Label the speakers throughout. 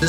Speaker 1: 时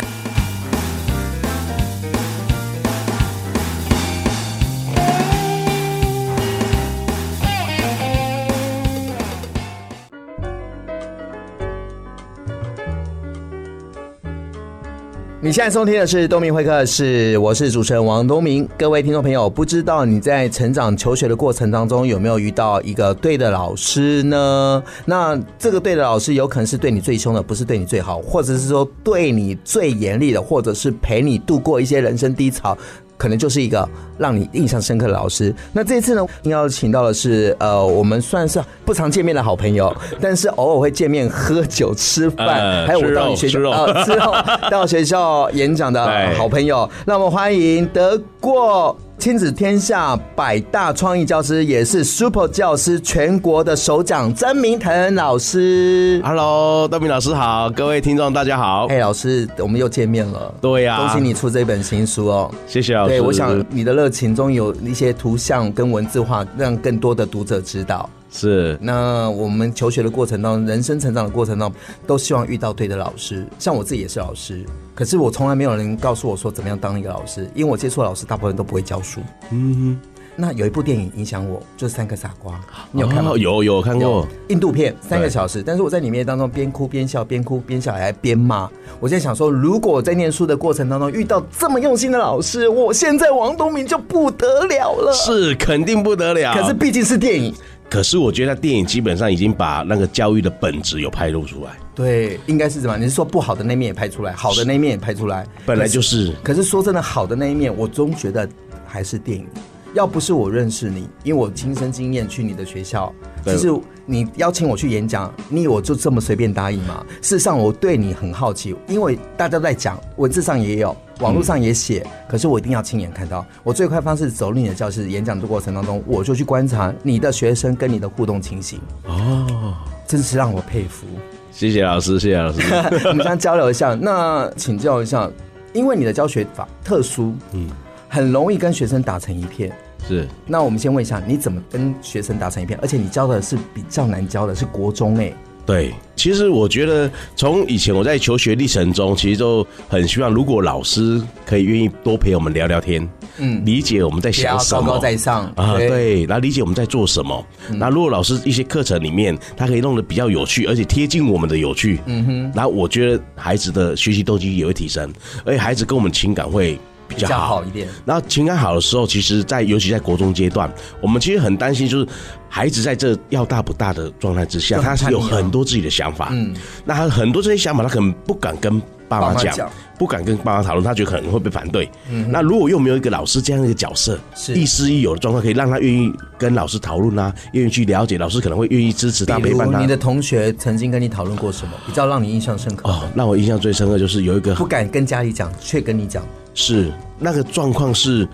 Speaker 2: 你现在收听的是东明会客室，我是主持人王东明。各位听众朋友，不知道你在成长求学的过程当中有没有遇到一个对的老师呢？那这个对的老师有可能是对你最凶的，不是对你最好，或者是说对你最严厉的，或者是陪你度过一些人生低潮。可能就是一个让你印象深刻的老师。那这次呢，邀请到的是呃，我们算是不常见面的好朋友，但是偶尔会见面喝酒、吃饭，
Speaker 3: 呃
Speaker 2: 还有我
Speaker 3: 吃
Speaker 2: 到
Speaker 3: 肉
Speaker 2: 你学
Speaker 3: 吃
Speaker 2: 校
Speaker 3: 肉
Speaker 2: 呃吃肉到学校演讲的
Speaker 3: 对
Speaker 2: 好朋友。让我们欢迎得过。亲子天下百大创意教师，也是 Super 教师全国的首奖曾明腾老师。
Speaker 3: 啊 Hello，邓明老师好，各位听众大家好。
Speaker 2: 哎、老师，我们又见面了。
Speaker 3: 对呀
Speaker 2: 恭喜你出这本新书哦。
Speaker 3: 谢谢老师。
Speaker 2: 对，我想你的热情中有一些图像跟文字化，让更多的读者知道。
Speaker 3: 是
Speaker 2: 那我们求学的过程当中，人生成长的过程当中，都希望遇到对的老师。像我自己也是老师，可是我从来没有人告诉我说怎么样当一个老师，因为我接触的老师大部分都不会教书。嗯那有一部电影影响我，就是《三个傻瓜》，你有看吗？
Speaker 3: 哦有有看过，
Speaker 2: 印度片三个小时，但是我在里面当中边哭边笑，边哭边笑，还边骂。我现在想说，如果我在念书的过程当中遇到这么用心的老师，我现在王东明就不得了了。，
Speaker 3: 是肯定不得了。
Speaker 2: 可是毕竟是电影，
Speaker 3: 可是我觉得电影基本上已经把那个教育的本质有拍露出来，
Speaker 2: 对，应该是怎么样？你是说不好的那一面也拍出来，好的那一面也拍出来，
Speaker 3: 本来就是
Speaker 2: 可是说真的，好的那一面，我总觉得还是电影。要不是我认识你，因为我亲身经验去你的学校，
Speaker 3: 对
Speaker 2: 其实你邀请我去演讲，你以为我就这么随便答应吗？事实上，我对你很好奇，因为大家都在讲，文字上也有，网络上也写，
Speaker 3: 嗯
Speaker 2: 可是我一定要亲眼看到。我最快方式走入你的教室，演讲的过程当中，我就去观察你的学生跟你的互动情形，
Speaker 3: 哦。
Speaker 2: 真是让我佩服。
Speaker 3: 谢谢老师，谢谢老师。
Speaker 2: 我们先交流一下。那请教一下，因为你的教学法特殊，嗯，很容易跟学生打成一片。
Speaker 3: 是
Speaker 2: 那我们先问一下，你怎么跟学生打成一片？而且你教的是比较难教的，是国中哎、
Speaker 3: 对，其实我觉得从以前我在求学历程中，其实就很希望，如果老师可以愿意多陪我们聊聊天，嗯，理解我们在
Speaker 2: 不
Speaker 3: 想
Speaker 2: 要
Speaker 3: 什
Speaker 2: 高
Speaker 3: 么，
Speaker 2: 高在上
Speaker 3: 啊，，对，然后理解我们在做什么。那、如果老师一些课程里面，他可以弄得比较有趣，而且贴近我们的有趣，嗯哼，然后我觉得孩子的学习动机也会提升，而且孩子跟我们情感会比
Speaker 2: 比
Speaker 3: 较
Speaker 2: 较
Speaker 3: 好。
Speaker 2: 好一点。
Speaker 3: 然后情感好的时候，其实在尤其在国中阶段，我们其实很担心，就是孩子在这要大不大的状态之下，
Speaker 2: 就很
Speaker 3: 他是有
Speaker 2: 叛逆啊
Speaker 3: 很多自己的想法，
Speaker 2: 嗯，
Speaker 3: 那他很多这些想法，他可能不敢跟爸妈
Speaker 2: 爸妈
Speaker 3: 讲
Speaker 2: 讲，嗯
Speaker 3: 不敢跟爸妈讨论，他觉得可能会被反对。那如果又没有一个老师这样的一个角色，
Speaker 2: 是
Speaker 3: 亦师亦友的状况，可以让他愿意跟老师讨论啊，愿意去了解，老师可能会愿意支持他、
Speaker 2: 比
Speaker 3: 陪伴
Speaker 2: 如
Speaker 3: 他
Speaker 2: 你。的同学曾经跟你讨论过什么比较让你印象深刻？
Speaker 3: 哦，让我印象最深刻就是有一个
Speaker 2: 不敢跟家里讲，却跟你讲，
Speaker 3: 是那个状况是，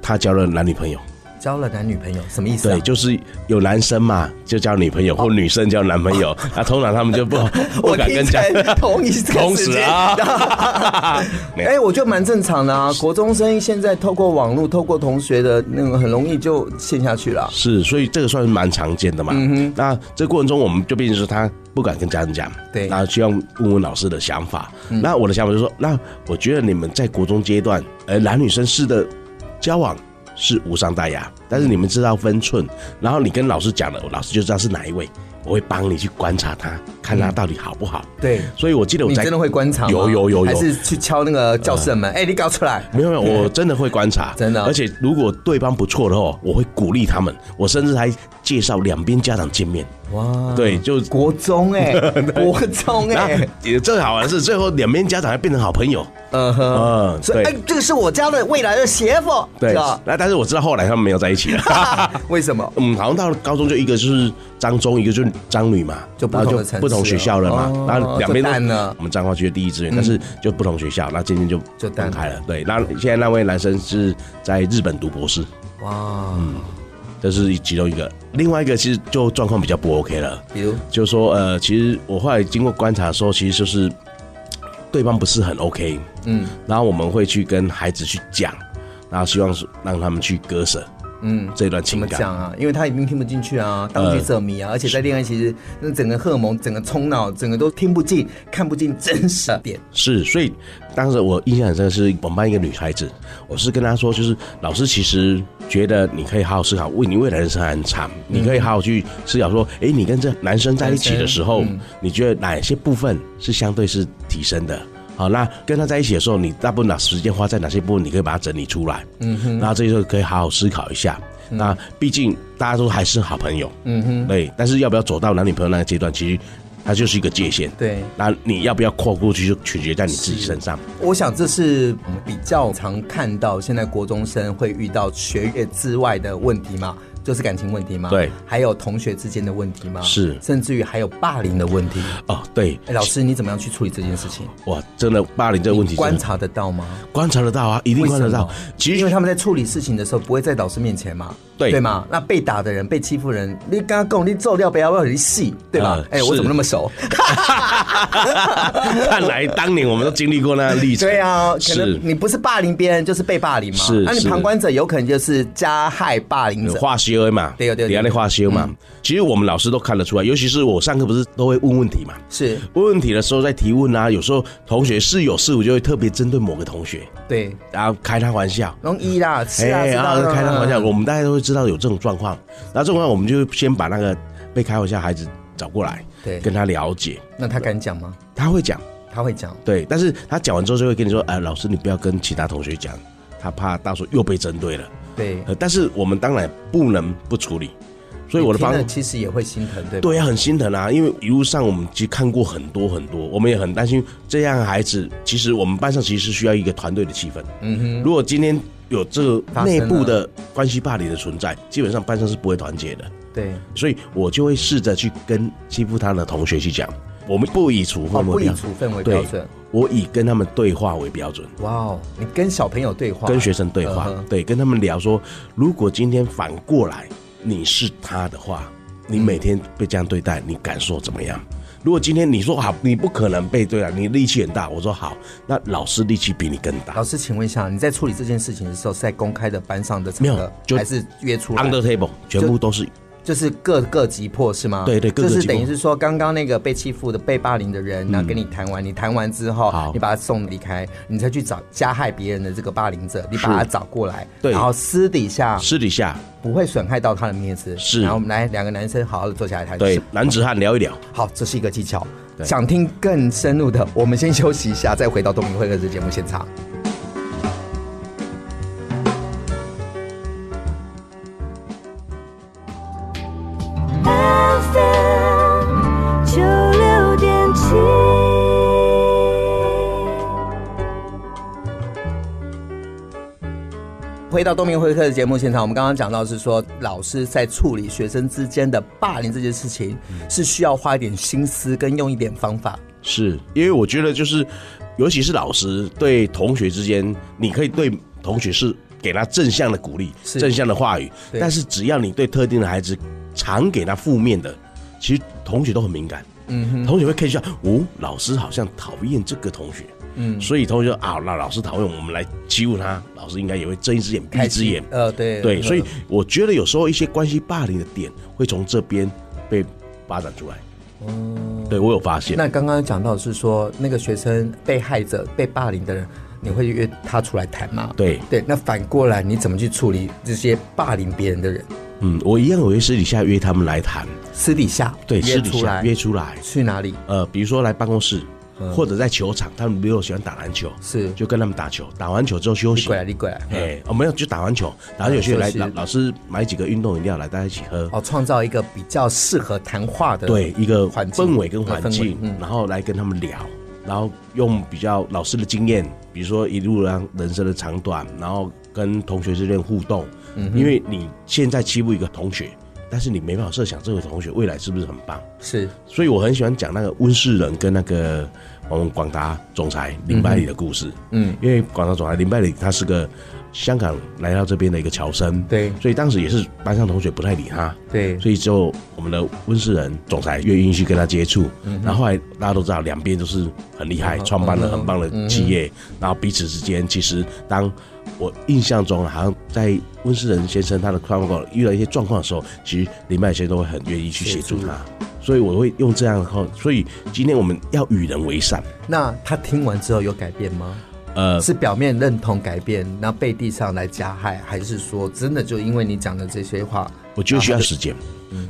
Speaker 3: 他交了男女朋友，
Speaker 2: 交了男女朋友，什么意思、啊？
Speaker 3: 对，就是有男生嘛就交女朋友，或女生交男朋友，啊，通常他们 就不不
Speaker 2: 哦我
Speaker 3: 敢
Speaker 2: 听
Speaker 3: 跟家
Speaker 2: 成 同一个
Speaker 3: 同
Speaker 2: 时
Speaker 3: 时
Speaker 2: 间，
Speaker 3: 啊
Speaker 2: 哎、我觉得蛮正常的啊。国中生现在透过网络、透过同学的那个，很容易就陷下去了。啊嗯
Speaker 3: 是，所以这个算是蛮常见的嘛。那这过程中，我们就变成说他不敢跟家人讲，
Speaker 2: 对嗯
Speaker 3: 然后希望问问老师的想法。那我的想法就是说，那我觉得你们在国中阶段，呃，男女生式的交往是无伤大雅，但
Speaker 2: 嗯
Speaker 3: 是你们知道分寸，然后你跟老师讲了，老师就知道是哪一位，我会帮你去观察他，看他到底好不好。
Speaker 2: 嗯对，
Speaker 3: 所以我记得我
Speaker 2: 你
Speaker 3: 在
Speaker 2: 真的会观察吗？
Speaker 3: 有有有有嗯
Speaker 2: 还是去敲那个教室的门？哎、你搞出来！
Speaker 3: 没有没有，我真的会观察，
Speaker 2: 真的哦
Speaker 3: 而且如果对方不错的话，我会鼓励他们，我甚至还介绍两边家长见面。
Speaker 2: 哇，
Speaker 3: 对，就
Speaker 2: 国中 哎、国中哎、
Speaker 3: 那也最好啊玩的是，最后两边家长还变成好朋友。
Speaker 2: 嗯哼，
Speaker 3: 嗯，
Speaker 2: 所以哎、
Speaker 3: 对
Speaker 2: 这个是我家的未来的媳妇，
Speaker 3: 对
Speaker 2: 是啊吧。
Speaker 3: 那但是我知道后来他们没有在一起 了。
Speaker 2: 为什 么？
Speaker 3: 嗯，好像到了高中就一个就是张中，一个就是张女嘛，
Speaker 2: 就不
Speaker 3: 然后
Speaker 2: 同的城市
Speaker 3: 不同学校了
Speaker 2: 哦
Speaker 3: 嘛。然后两边都
Speaker 2: 就淡了嗯
Speaker 3: 我们彰化区的第一志愿，但是就不同学校，那渐渐就
Speaker 2: 就淡
Speaker 3: 分
Speaker 2: 了
Speaker 3: 开了。对，那现在那位男生是在日本读博士，
Speaker 2: 哇，
Speaker 3: 这是其中一个。另外一个其实就状况比较不 OK 了，
Speaker 2: 比如
Speaker 3: 就是说呃，其实我后来经过观察的时候，其实就是对方不是很 OK。
Speaker 2: 嗯，
Speaker 3: 然后我们会去跟孩子去讲，然后希望是让他们去割舍。嗯，这段
Speaker 2: 怎
Speaker 3: 情
Speaker 2: 么
Speaker 3: 感。
Speaker 2: 讲啊？因为他一定听不进去啊，
Speaker 3: 嗯
Speaker 2: 当局者迷啊，而且在恋爱其实那整个荷尔蒙、整个冲脑、整个都听不进、看不进真实的点。
Speaker 3: 是，所以当时我印象很深的是我们班一个女孩子，我是跟她说，就是老师其实觉得你可以好好思考，为你未来的人生很长，你
Speaker 2: 嗯
Speaker 3: 可以好好去思考说，诶，你跟这男生在一起的时
Speaker 2: 嗯
Speaker 3: 候，你觉得哪些部分是相对是提升的？好，那跟他在一起的时候，你大部分把时间花在哪些部分？你可以把它整理出来，嗯哼，那这时候可以好好思考一下。
Speaker 2: 嗯
Speaker 3: 那毕竟大家都还是好朋友，嗯哼，对，但是要不要走到男女朋友那个阶段，其实它就是一个界限，
Speaker 2: 对，
Speaker 3: 那你要不要跨过去，就取决在你自己身上。
Speaker 2: 我想这是我们比较常看到现在国中生会遇到学业之外的问题嘛，就是感情问题嘛，
Speaker 3: 对
Speaker 2: 还有同学之间的问题嘛，
Speaker 3: 是
Speaker 2: 甚至于还有霸凌的问题。
Speaker 3: 哦，对，
Speaker 2: 哎，老师，你怎么样去处理这件事情？
Speaker 3: 哇，真的霸凌这个问题真的
Speaker 2: 观察得到吗？
Speaker 3: 观察得到啊，一定观察得到
Speaker 2: 为什么。
Speaker 3: 其
Speaker 2: 因
Speaker 3: 实
Speaker 2: 为他们在处理事情的时候不会在老师面前嘛，
Speaker 3: 对
Speaker 2: 对嘛？那被打的人、被欺负人，你刚刚跟我你揍掉不要不要你戏，对吧
Speaker 3: 呃？
Speaker 2: 哎、我
Speaker 3: 是
Speaker 2: 怎么那么 熟？
Speaker 3: 看来当年我们都经历过那个历程。
Speaker 2: 对啊，可能
Speaker 3: 是
Speaker 2: 你不是霸凌别人，就是被霸凌嘛。
Speaker 3: 是
Speaker 2: 那你
Speaker 3: 是
Speaker 2: 旁观者有可能就是加害霸凌
Speaker 3: 有
Speaker 2: 者。
Speaker 3: 化修嘛，
Speaker 2: 对对对嗯
Speaker 3: 底下那化修嘛。其实我们老师都看得出来，尤其是我上课不是都会问问题嘛。
Speaker 2: 是
Speaker 3: 问问题的时候在提问啊，有时候同学是有是无就会特别针对某个同学，
Speaker 2: 对，
Speaker 3: 然后开他玩笑，
Speaker 2: 容易啦，是啊，知
Speaker 3: 然
Speaker 2: 道
Speaker 3: 后哎开他玩笑，
Speaker 2: 啦
Speaker 3: 我们大家都会知道有这种状况。然后这种状况我们就先把那个被开玩笑的孩子找过来，
Speaker 2: 对
Speaker 3: 跟他了解，
Speaker 2: 那他敢讲吗？
Speaker 3: 他会讲，
Speaker 2: 他会讲。
Speaker 3: 对，但是他讲完之后就会跟你说，哎、老师你不要跟其他同学讲，他怕到时候又被针对了。
Speaker 2: 对，
Speaker 3: 呃，但是我们当然不能不处理，所以我的
Speaker 2: 你听
Speaker 3: 方
Speaker 2: 了其实也会心疼，对吧？
Speaker 3: 对呀、很心疼啊，因为一路上我们其实看过很多很多，我们也很担心这样的孩子。其实我们班上其实是需要一个团队的气氛。嗯哼，如果今天有这个内部的关系霸凌的存在，基本上班上是不会团结的。
Speaker 2: 对，
Speaker 3: 所以我就会试着去跟欺负他的同学去讲，我们不以处
Speaker 2: 哦，
Speaker 3: 分
Speaker 2: 不
Speaker 3: 为
Speaker 2: 以
Speaker 3: 标
Speaker 2: 处分为标
Speaker 3: 对
Speaker 2: 准。，
Speaker 3: 我以跟他们对话为标准。
Speaker 2: 哇哦，你跟小朋友对话，
Speaker 3: 跟学生对话，
Speaker 2: 嗯哼
Speaker 3: 对，跟他们聊说，如果今天反过来你是他的话，你每天被这样对待，你感受怎么样？如果今天你说好，你不可能被对待，你力气很大，我说好，那老师力气比你更大
Speaker 2: 老师，请问一下，你在处理这件事情的时候，是在公开的班上的场
Speaker 3: 没有
Speaker 2: 合，
Speaker 3: 就
Speaker 2: 还是约出来？
Speaker 3: ，under table 全部都是
Speaker 2: 就是各个击破是吗？
Speaker 3: 对对各个
Speaker 2: 就是
Speaker 3: 击破
Speaker 2: 等于是说，刚刚那个被欺负的、被霸凌的人，然后跟你谈完，你谈完之后
Speaker 3: 好，
Speaker 2: 你把他送离开，你再去找加害别人的这个霸凌者，你把他找过来，
Speaker 3: 对
Speaker 2: 然后私底下
Speaker 3: 私底下
Speaker 2: 不会损害到他的面子，
Speaker 3: 是
Speaker 2: 然后我们来两个男生好好的坐下来谈，
Speaker 3: 对男子汉聊一聊。
Speaker 2: 好，这是一个技巧。想听更深入的，我们先休息一下，再回到东明会客室节目现场。
Speaker 4: FM 九六点七。
Speaker 2: 回到东明会客的节目现场，我们刚刚讲到是说，老师在处理学生之间的霸凌这件事情，
Speaker 3: 嗯
Speaker 2: 是需要花一点心思跟用一点方法。
Speaker 3: 是因为我觉得就是，尤其是老师对同学之间，你可以对同学是给他正向的鼓励、
Speaker 2: 是
Speaker 3: 正向的话语，
Speaker 2: 对
Speaker 3: 但是只要你对特定的孩子常给他负面的，其实同学都很敏感。嗯哼，同学会看一下，哦，老师好像讨厌这个同学，嗯，所以同学就啊，那老师讨厌我们来欺负他，老师应该也会睁一只眼闭一只眼，
Speaker 2: 呃，对
Speaker 3: 对，所以
Speaker 2: 呃
Speaker 3: 我觉得有时候一些关系霸凌的点会从这边被发展出来。哦，对我有发现。
Speaker 2: 那刚刚讲到是说，那个学生被害者、被霸凌的人，你会约他出来谈吗？
Speaker 3: 对
Speaker 2: 对，那反过来你怎么去处理这些霸凌别人的人？
Speaker 3: 嗯，我一样，我会私底下约他们来谈，
Speaker 2: 私底下
Speaker 3: 对，
Speaker 2: 约
Speaker 3: 私底
Speaker 2: 出
Speaker 3: 下
Speaker 2: 来
Speaker 3: 约出来，
Speaker 2: 去哪里？
Speaker 3: 呃，比如说来办公室，或者在球场，他们比如喜欢打篮球，
Speaker 2: 嗯是
Speaker 3: 就跟他们打球，打完球之后休
Speaker 2: 你
Speaker 3: 息
Speaker 2: 过，来，你过来。
Speaker 3: 哎，哦，没有，就打完球，打完球
Speaker 2: 休
Speaker 3: 去来
Speaker 2: 息
Speaker 3: 老老师买几个运动饮料来大家一起喝，
Speaker 2: 哦，创造一个比较适合谈话的
Speaker 3: 对，一个
Speaker 2: 环境
Speaker 3: 氛围跟环
Speaker 2: 呃氛围
Speaker 3: 境，然后来跟他们聊，然后用比较老师的经验，比如说一路让人生的长短，然后跟同学之间互动，
Speaker 2: 嗯
Speaker 3: 因为你现在欺负一个同学，但是你没办法设想这个同学未来是不是很棒。
Speaker 2: 是
Speaker 3: 所以我很喜欢讲那个温世仁跟那个我们广达总裁林百里的故事。嗯，因为广达总裁林百里他是个香港来到这边的一个侨生，
Speaker 2: 对
Speaker 3: 所以当时也是班上同学不太理他，
Speaker 2: 对
Speaker 3: 所以之后我们的温世仁总裁越允许跟他接触，然后后来大家都知道两边都是很厉害，创办了很棒的企业，然后彼此之间其实当我印象中好像在温世仁先生他的 c r o n 遇到一些状况的时候，其实林麦先生都会很愿意去协助他，所以我会用这样的话。所以今天我们要与人为善，
Speaker 2: 那他听完之后有改变吗？
Speaker 3: 呃，
Speaker 2: 是表面认同改变，那背地上来加害，还是说真的就因为你讲的这些话，
Speaker 3: 我觉得需要时间，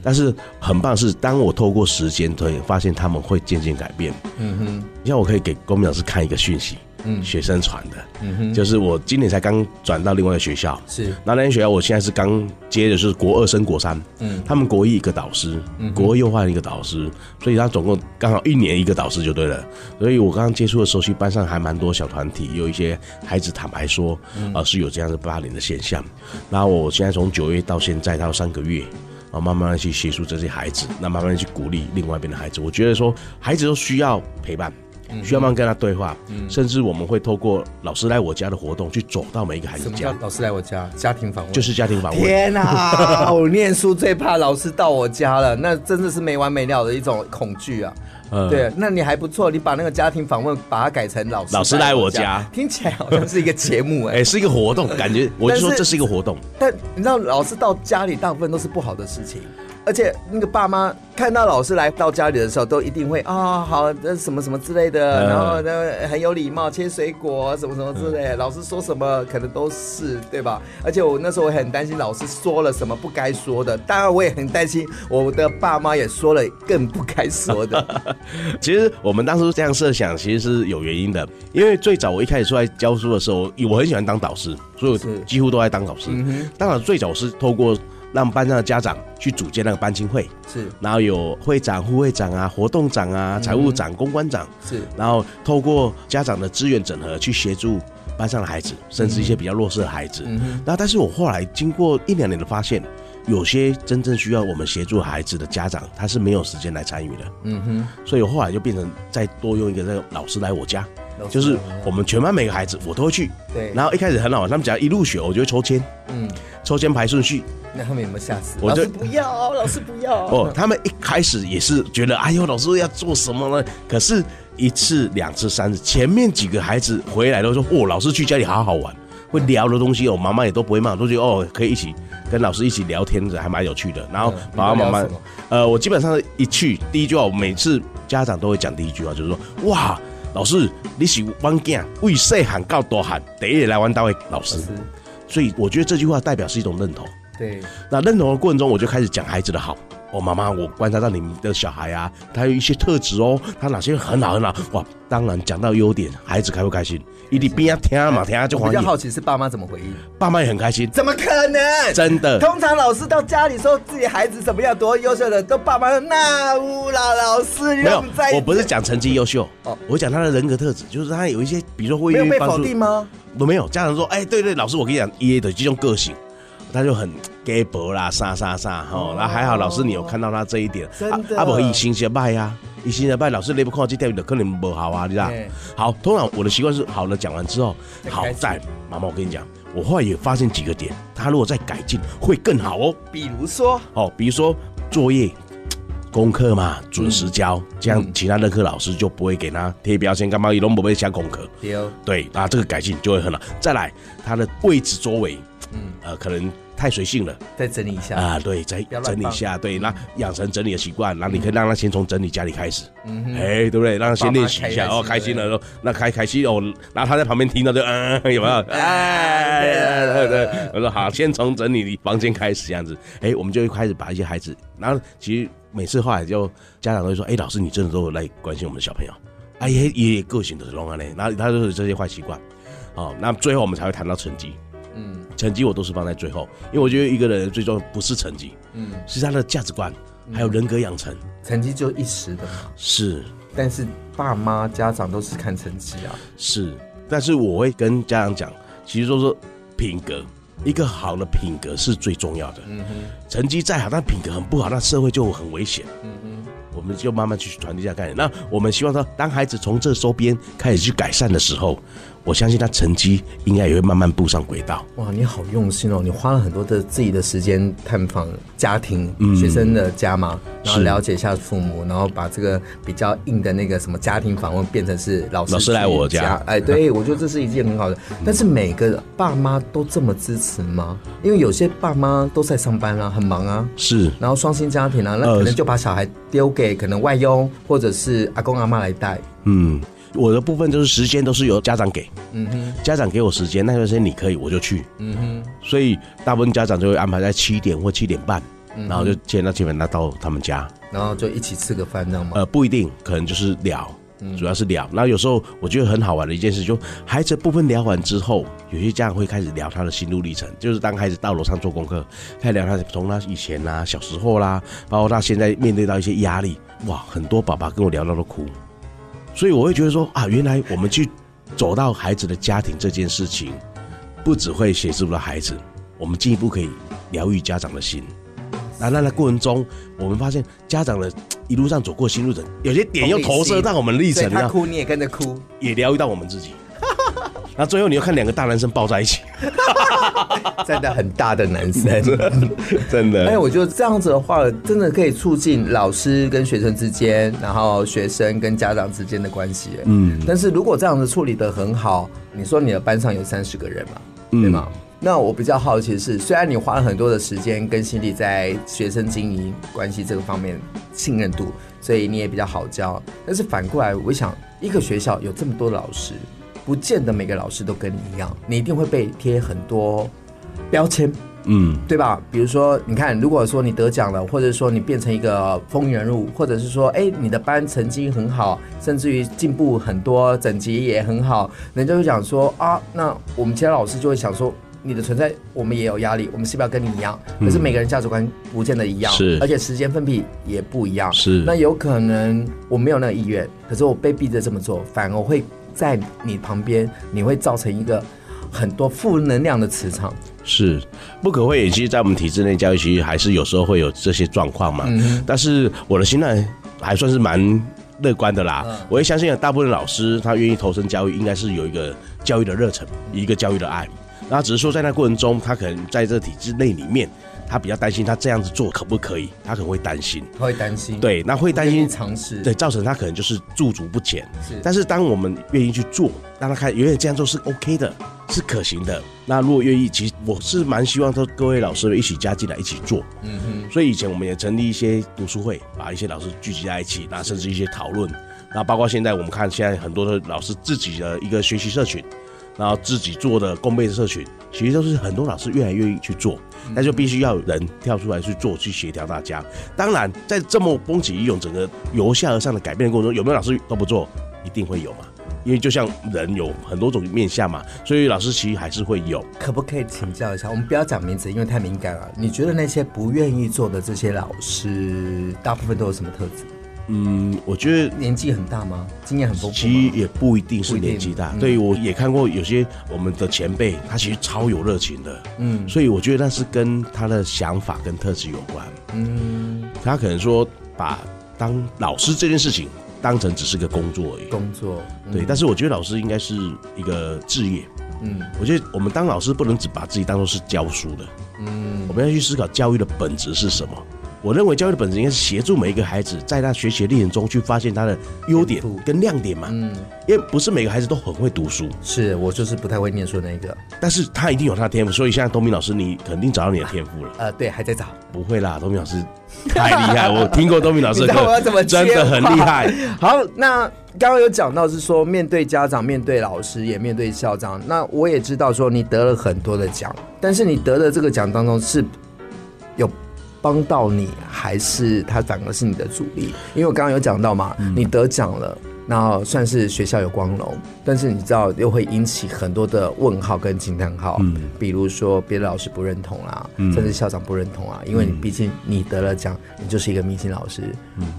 Speaker 3: 但是很棒是，当我透过时间推，发现他们会渐渐改变。
Speaker 2: 嗯哼，
Speaker 3: 像我可以给公民老师看一个讯息，
Speaker 2: 嗯
Speaker 3: 学生传的，
Speaker 2: 嗯哼，
Speaker 3: 就是我今年才刚转到另外一个学校，
Speaker 2: 是，
Speaker 3: 那那间学校我现在是刚接的是国二升国三，
Speaker 2: 嗯
Speaker 3: 他们国一一个导师，国二又换一个导师，所以他总共刚好一年一个导师就对了。所以我刚刚接触的时候，其实班上还蛮多小团体，有一些孩子坦白说，
Speaker 2: 嗯
Speaker 3: 啊、是有这样的霸凌的现象。那我现在从九月到现在，他有三个月。啊，慢慢的去协助这些孩子，那慢慢的去鼓励另外一边的孩子。我觉得说，孩子都需要陪伴，
Speaker 2: 嗯
Speaker 3: 需要慢慢跟他对话，甚至我们会透过老师来我家的活动，去走到每一个孩子
Speaker 2: 什么叫
Speaker 3: 家，
Speaker 2: 老师来我家家庭访问？
Speaker 3: 就是家庭访问。
Speaker 2: 天哪、 我念书最怕老师到我家了，那真的是没完没了的一种恐惧啊。
Speaker 3: 嗯
Speaker 2: 对，那你还不错，你把那个家庭访问把它改成老师
Speaker 3: 老师来我家
Speaker 2: 听起来好像是一个节目哎、
Speaker 3: 哎、是一个活动，感觉我就说
Speaker 2: 但是
Speaker 3: 这是一个活动。
Speaker 2: 但你知道，老师到家里大部分都是不好的事情，而且那个爸妈看到老师来到家里的时候，都一定会啊、好，那什么什么之类的，
Speaker 3: 嗯
Speaker 2: 然后呢很有礼貌，切水果什么什么之类的，老师说什么可能都是对吧？而且我那时候我很担心老师说了什么不该说的，当然我也很担心我的爸妈也说了更不该说 的。
Speaker 3: 其实我们当初这样设想，其实是有原因的。因为最早我一开始出来教书的时候，我很喜欢当导师，所以
Speaker 2: 是
Speaker 3: 我几乎都在当导师。当然，最早是透过让班上的家长去组建那个班亲会，
Speaker 2: 是
Speaker 3: 然后有会长、副会长啊、活动长啊、财务长、公关长，
Speaker 2: 是，
Speaker 3: 然后透过家长的资源整合去协助班上的孩子，甚至一些比较弱势的孩子。
Speaker 2: 嗯
Speaker 3: 那但是我后来经过一两年的发现，有些真正需要我们协助孩子的家长，他是没有时间来参与的。
Speaker 2: 嗯哼，
Speaker 3: 所以我后来就变成再多用一个那个老师来我家
Speaker 2: 老，师
Speaker 3: 就是
Speaker 2: 来我家
Speaker 3: 我们全班每个孩子我都会去。
Speaker 2: 对
Speaker 3: 然后一开始很好玩，他们只要一入学，我就会抽签，
Speaker 2: 嗯，
Speaker 3: 抽签排顺序。
Speaker 2: 那他们有没有吓死？
Speaker 3: 我
Speaker 2: 老
Speaker 3: 就
Speaker 2: 师不要，老师不要。
Speaker 3: 哦，他们一开始也是觉得，哎呦，老师要做什么呢？可是，一次、两次、三次，前面几个孩子回来都说，哦，老师去家里好好玩，会聊的东西，哦，妈妈也都不会骂，都觉得哦，可以一起跟老师一起聊天的，还蛮有趣的。然后
Speaker 2: 嗯你
Speaker 3: 爸爸
Speaker 2: 们聊
Speaker 3: 妈妈
Speaker 2: 什么，
Speaker 3: 呃，我基本上一去第一句话，我每次家长都会讲第一句话，就是说，哇。老师，你是玩囝，为细汉到大汉，第一个来玩到的老师
Speaker 2: 老，师
Speaker 3: 所以我觉得这句话代表是一种认同。
Speaker 2: 对。
Speaker 3: 那认同的过程中，我就开始讲孩子的好。哦，妈妈，我观察到你们的小孩啊，他有一些特质哦，他哪些很好很好哇！当然讲到优点，孩子开不开心？一定边听嘛，听就
Speaker 2: 哎我比
Speaker 3: 欢
Speaker 2: 较
Speaker 3: 喜，
Speaker 2: 好奇是爸妈怎么回应？
Speaker 3: 爸妈也很开心，
Speaker 2: 怎么可能？
Speaker 3: 真的。
Speaker 2: 通常老师到家里说自己孩子怎么样多优秀的，都爸妈说那乌啦，老师你
Speaker 3: 没
Speaker 2: 让
Speaker 3: 有
Speaker 2: 们在，
Speaker 3: 我不是讲成绩优秀
Speaker 2: 哦，
Speaker 3: 我讲他的人格特质，就是他有一些，比如说会
Speaker 2: 没有
Speaker 3: 愿意
Speaker 2: 被
Speaker 3: 帮
Speaker 2: 否
Speaker 3: 助，
Speaker 2: 定吗？
Speaker 3: 都没有。家长说，哎，对对，老师，我跟你讲，爷爷的这种个性，他就很 gay 博啦，啥啥啥哈。那还好，老师你有看到他这一点，
Speaker 2: 哦
Speaker 3: 啊
Speaker 2: 真的
Speaker 3: 阿伯一心结拜呀，一心结拜，老师你不看这点的可能不好啊，你知道
Speaker 2: 对？
Speaker 3: 好，通常我的习惯是好了，讲完之后，好
Speaker 2: 开始
Speaker 3: 在妈妈，我跟你讲，我后来也发现几个点，他如果再改进会更好哦。
Speaker 2: 比如说，
Speaker 3: 哦，比如说作业、功课嘛，准时交，
Speaker 2: 嗯
Speaker 3: 这样其他任课老师就不会给他贴标签，干嘛？伊拢不会写功课。
Speaker 2: 丢
Speaker 3: 对，啊，这个改进就会很好。再来，它的位置周围，嗯，呃，可能太随性了
Speaker 2: 再整理一下，
Speaker 3: 啊、对，再
Speaker 2: 要乱
Speaker 3: 整理一
Speaker 2: 放嗯
Speaker 3: 下，对，那养成整理的习惯，那你可以让他先从整理家里开始，嗯，哎，对不对？让他先练习一下，
Speaker 2: 爸妈
Speaker 3: 哦，
Speaker 2: 开
Speaker 3: 开
Speaker 2: 心
Speaker 3: 心
Speaker 2: 了
Speaker 3: 了，那开开心哦，然后他在旁边听到就嗯，有没有？哎，对对对，我说好，先从整理房间开始这样子，哎，我们就会开始把一些孩子，然后其实每次后来就家长都会说，哎，老师你真的都有来关心我们的小朋友。啊，爷爷爷个性都是弄啊嘞，然后他就是这些坏习惯，哦，那最后我们才会谈到成绩。
Speaker 2: 嗯
Speaker 3: 成绩我都是放在最后，因为我觉得一个人最重要不是成绩，
Speaker 2: 嗯，
Speaker 3: 是他的价值观，还有人格养成。
Speaker 2: 成绩就一时的嘛，
Speaker 3: 是
Speaker 2: 但是爸妈家长都是看成绩啊，
Speaker 3: 是，但是我会跟家长讲，其实就是说品格，一个好的品格是最重要的。
Speaker 2: 嗯哼，
Speaker 3: 成绩再好，但品格很不好，那社会就很危险。
Speaker 2: 嗯哼，
Speaker 3: 我们就慢慢去传递这样概念。那我们希望说，当孩子从这周边开始去改善的时候，我相信他成绩应该也会慢慢步上轨道。
Speaker 2: 哇，你好用心哦！你花了很多的自己的时间探访家庭、
Speaker 3: 嗯
Speaker 2: 学生的家嘛，然后了解一下父母，然后把这个比较硬的那个什么家庭访问变成是老师
Speaker 3: 老师来
Speaker 2: 去
Speaker 3: 我家嗯
Speaker 2: 家，哎，对，我觉得这是一件很好的。但是每个爸妈都这么支持吗？因为有些爸妈都在上班啊，很忙啊，
Speaker 3: 是，
Speaker 2: 然后双薪家庭啊，那
Speaker 3: 呃
Speaker 2: 可能就把小孩丢给可能外佣或者是阿公阿妈来带。
Speaker 3: 嗯，我的部分就是时间都是由家长给，
Speaker 2: 嗯哼，
Speaker 3: 家长给我时间，那段时间你可以我就去，
Speaker 2: 嗯哼，
Speaker 3: 所以大部分家长就会安排在七点或七点半，
Speaker 2: 嗯
Speaker 3: 然后就接到基本拿到他们家。
Speaker 2: 然后就一起吃个饭，这样吗？
Speaker 3: 呃，不一定，可能就是聊，主要是聊。那有时候我觉得很好玩的一件事，就孩子部分聊完之后，有些家长会开始聊他的心路历程，就是当孩子到楼上做功课，开始聊他从他以前啦、小时候啦，包括他现在面对到一些压力，哇，很多爸爸跟我聊到都哭，所以我会觉得说啊，原来我们去走到孩子的家庭这件事情，不只会协助到孩子，我们进一步可以疗愈家长的心。那那那过程中，我们发现家长的一路上走过心路程，有些点又呃投射到我们的历
Speaker 2: 所以
Speaker 3: 程啊
Speaker 2: 他
Speaker 3: 上，
Speaker 2: 哭你也跟着哭，
Speaker 3: 也疗愈到我们自己。 那最后你又看两个大男生抱在一起，
Speaker 2: 真的很大的男生。
Speaker 3: 真 的。
Speaker 2: 哎，我觉得这样子的话，真的可以促进老师跟学生之间，然后学生跟家长之间的关系。嗯，但是如果这样子处理的很好，你说你的班上有三十个人嘛，对吗？那我比较好奇的是，虽然你花了很多的时间跟心力在学生经营关系这个方面信任度，所以你也比较好教。但是反过来，我想一个学校有这么多老师，不见得每个老师都跟你一样，你一定会被贴很多标签。
Speaker 3: 嗯，
Speaker 2: 对吧？比如说，你看，如果说你得奖了，或者说你变成一个风云人物，或者是说，哎，你的班成绩很好，甚至于进步很多，整级也很好，人家就讲说啊，那我们其他老师就会想说，你的存在我们也有压力，我们是不是要跟你一样？可是每个人价值观不见得一样，
Speaker 3: 嗯是
Speaker 2: 而且时间分配也不一样，
Speaker 3: 是
Speaker 2: 那有可能我没有那个意愿，可是我被逼着这么做，反而会在你旁边，你会造成一个很多负能量的磁场。
Speaker 3: 是不可讳言，其实，在我们体制内教育，其实还是有时候会有这些状况嘛。
Speaker 2: 嗯
Speaker 3: 但是我的心态还算是蛮乐观的啦。我也相信，啊大部分老师他愿意投身教育，应该是有一个教育的热忱，一个教育的爱。那只是说，在那过程中，他可能在这体制内里面，他比较担心他这样子做可不可以，他可能会担心。
Speaker 2: 他会担心，，
Speaker 3: 对，那会担心
Speaker 2: 尝试，
Speaker 3: 对，，造成他可能就是驻足不前。
Speaker 2: 是
Speaker 3: 但是当我们愿意去做，让他看，原来这样做是 OK 的，是可行的。那如果愿意，其实我是蛮希望说各位老师们一起加进来一起做。
Speaker 2: 嗯哼，
Speaker 3: 所以以前我们也成立一些读书会，把一些老师聚集在一起，那甚至一些讨论。那包括现在我们看，现在很多的老师自己的一个学习社群，然后自己做的共备社群，其实都是很多老师越来越愿意去做，那就必须要有人跳出来去做，去协调大家。当然，在这么风起云涌、整个由下而上的改变的过程中，有没有老师都不做？一定会有嘛。因为就像人有很多种面相嘛，所以老师其实还是会有。
Speaker 2: 可不可以请教一下？我们不要讲名字，因为太敏感了。你觉得那些不愿意做的这些老师，大部分都有什么特质？
Speaker 3: 嗯，我觉得
Speaker 2: 年纪很大吗？经验很丰富
Speaker 3: 其
Speaker 2: 吗
Speaker 3: 实？也不一定是年纪大
Speaker 2: 不一定，嗯
Speaker 3: 对我也看过有些我们的前辈，他其实超有热情的，
Speaker 2: 嗯
Speaker 3: 所以我觉得那是跟他的想法跟特质有关。
Speaker 2: 嗯，
Speaker 3: 他可能说把当老师这件事情当成只是个工作而已，
Speaker 2: 工作，嗯
Speaker 3: 对。但是我觉得老师应该是一个职业，
Speaker 2: 嗯
Speaker 3: 我觉得我们当老师不能只把自己当做是教书的，
Speaker 2: 嗯
Speaker 3: 我们要去思考教育的本质是什么。我认为教育的本质应该是协助每一个孩子在他学习的历程中去发现他的优点
Speaker 2: 天赋
Speaker 3: 跟亮点嘛，
Speaker 2: 嗯，
Speaker 3: 因为不是每个孩子都很会读书，
Speaker 2: 是我就是不太会念书的那一个，
Speaker 3: 但是他一定有他的天赋，所以现在东明老师你肯定找到你的天赋了。
Speaker 2: 呃，对，还在找。
Speaker 3: 不会啦，东明老 师太厉害，我听过东明老师的
Speaker 2: 你知道我要怎么
Speaker 3: 课，
Speaker 2: 接
Speaker 3: 真的很厉害。
Speaker 2: 好，那刚刚有讲到是说，面对家长、面对老师，也面对校长。那我也知道说，你得了很多的奖，但是你得的这个奖当中是有帮到你，还是它反而是你的阻力？因为我刚刚有讲到嘛，你得奖了。然后算是学校有光荣，但是你知道又会引起很多的问号跟惊叹号，比如说别的老师不认同啦，甚至校长不认同啊，因为你毕竟你得了奖，你就是一个明星老师，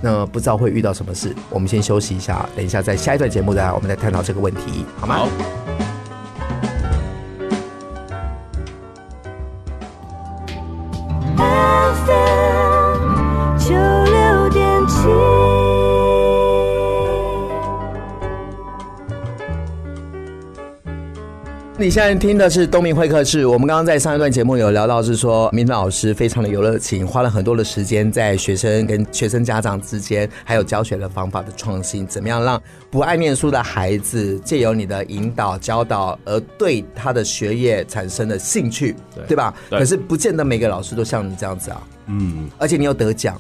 Speaker 2: 那不知道会遇到什么事，我们先休息一下，等一下在下一段节目再来我们再探讨这个问题，好吗？
Speaker 3: 好，
Speaker 4: FM 九六点七。
Speaker 2: 你现在听的是东明会客室。我们刚刚在上一段节目有聊到，是说明老师非常的有热情，花了很多的时间在学生跟学生家长之间，还有教学的方法的创新，怎么样让不爱念书的孩子借由你的引导教导，而对他的学业产生了兴趣，对吧
Speaker 3: 对
Speaker 2: 可是不见得每个老师都像你这样子啊。嗯，而且你有得奖。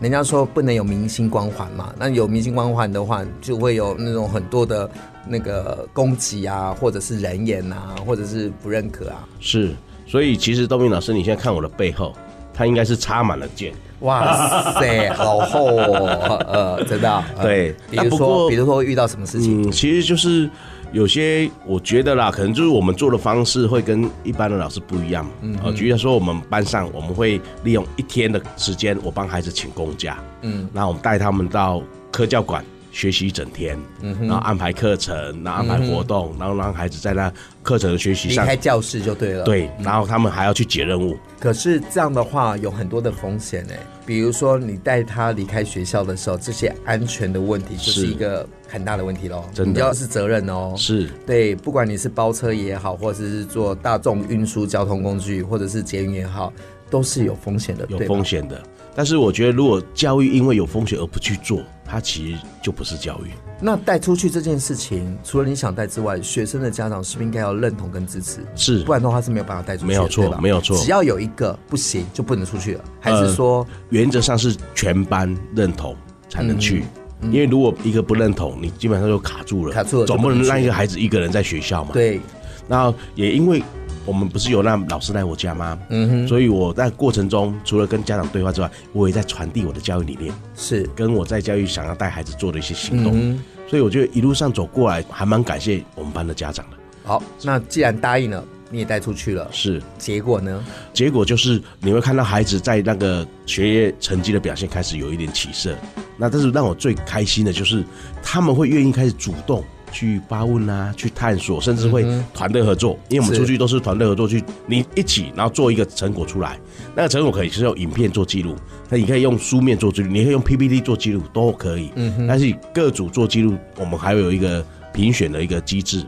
Speaker 2: 人家说不能有明星光环嘛，那有明星光环的话，就会有那种很多的那个攻击啊，或者是人眼啊，或者是不认可啊。
Speaker 3: 是，所以其实东明老师，你现在看我的背后，他应该是插满了箭。
Speaker 2: 哇塞，好厚哦，呃，真的啊、呃
Speaker 3: 对
Speaker 2: 比
Speaker 3: 那
Speaker 2: 如
Speaker 3: 不
Speaker 2: 说，
Speaker 3: 过
Speaker 2: 比如说会遇到什么事情？
Speaker 3: 嗯，其实就是有些我觉得啦，可能就是我们做的方式会跟一般的老师不一样。嗯，呃，举例来说，我们班上我们会利用一天的时间，我帮孩子请公假，嗯，那我们带他们到科教馆。学习一整天，
Speaker 2: 嗯
Speaker 3: 然后安排课程，然后安排活动，然后让孩子在那课程的学习
Speaker 2: 离
Speaker 3: 上
Speaker 2: 开嗯教室就对了。，
Speaker 3: 对，然后他们还要去解任务，
Speaker 2: 可是这样的话有很多的风险哎，比如说你带他离开学校的时候，这些安全的问题就是
Speaker 3: 是
Speaker 2: 一个很大的问题喽。
Speaker 3: 真的
Speaker 2: 你要是责任哦。
Speaker 3: 是
Speaker 2: 对，不管你是包车也好，或者是坐大众运输交通工具，或者是捷运也好，都是有风险的，
Speaker 3: 有
Speaker 2: 对吧
Speaker 3: 风。险的。但是我觉得，如果教育因为有风险而不去做，它其实就不是教育。
Speaker 2: 那带出去这件事情，除了你想带之外，学生的家长是不是应该要认同跟支持？
Speaker 3: 是
Speaker 2: 不然的话是没有办法带出去的，
Speaker 3: 没有错
Speaker 2: 对吧
Speaker 3: 没有错呃
Speaker 2: 只要有一个不行，就不能出去了，还是说，
Speaker 3: 原则上是全班认同才能去。因为如果一个不认同，你基本上就卡住了，
Speaker 2: 嗯卡住了
Speaker 3: 总
Speaker 2: 就不
Speaker 3: 不
Speaker 2: 能
Speaker 3: 能让
Speaker 2: 去
Speaker 3: 一个孩子一个人在学校嘛。。
Speaker 2: 对，
Speaker 3: 然后也因为我们不是有让老师来我家吗？嗯哼。所以我在过程中，除了跟家长对话之外，我也在传递我的教育理念，
Speaker 2: 是嗯
Speaker 3: 跟我在教育想要带孩子做的一些行动。所以我觉得一路上走过来，还蛮感谢我们班的家长的。
Speaker 2: 好。那既然答应了，你也带出去了，
Speaker 3: 是，
Speaker 2: 结果呢？
Speaker 3: 结果就是你会看到孩子在那个学业成绩的表现开始有一点起色。那但是让我最开心的就是他们会愿意开始主动去发问啊，去探索，甚至会团队合作。因为我们
Speaker 2: 是
Speaker 3: 出去都是团队合作，去你一起然后做一个成果出来。那个成果可以是用影片做记录，那你可以用书面做记录，你可以用 PPT 做记录都可以。嗯，但是各组做记录，我们还有一个评选的一个机制。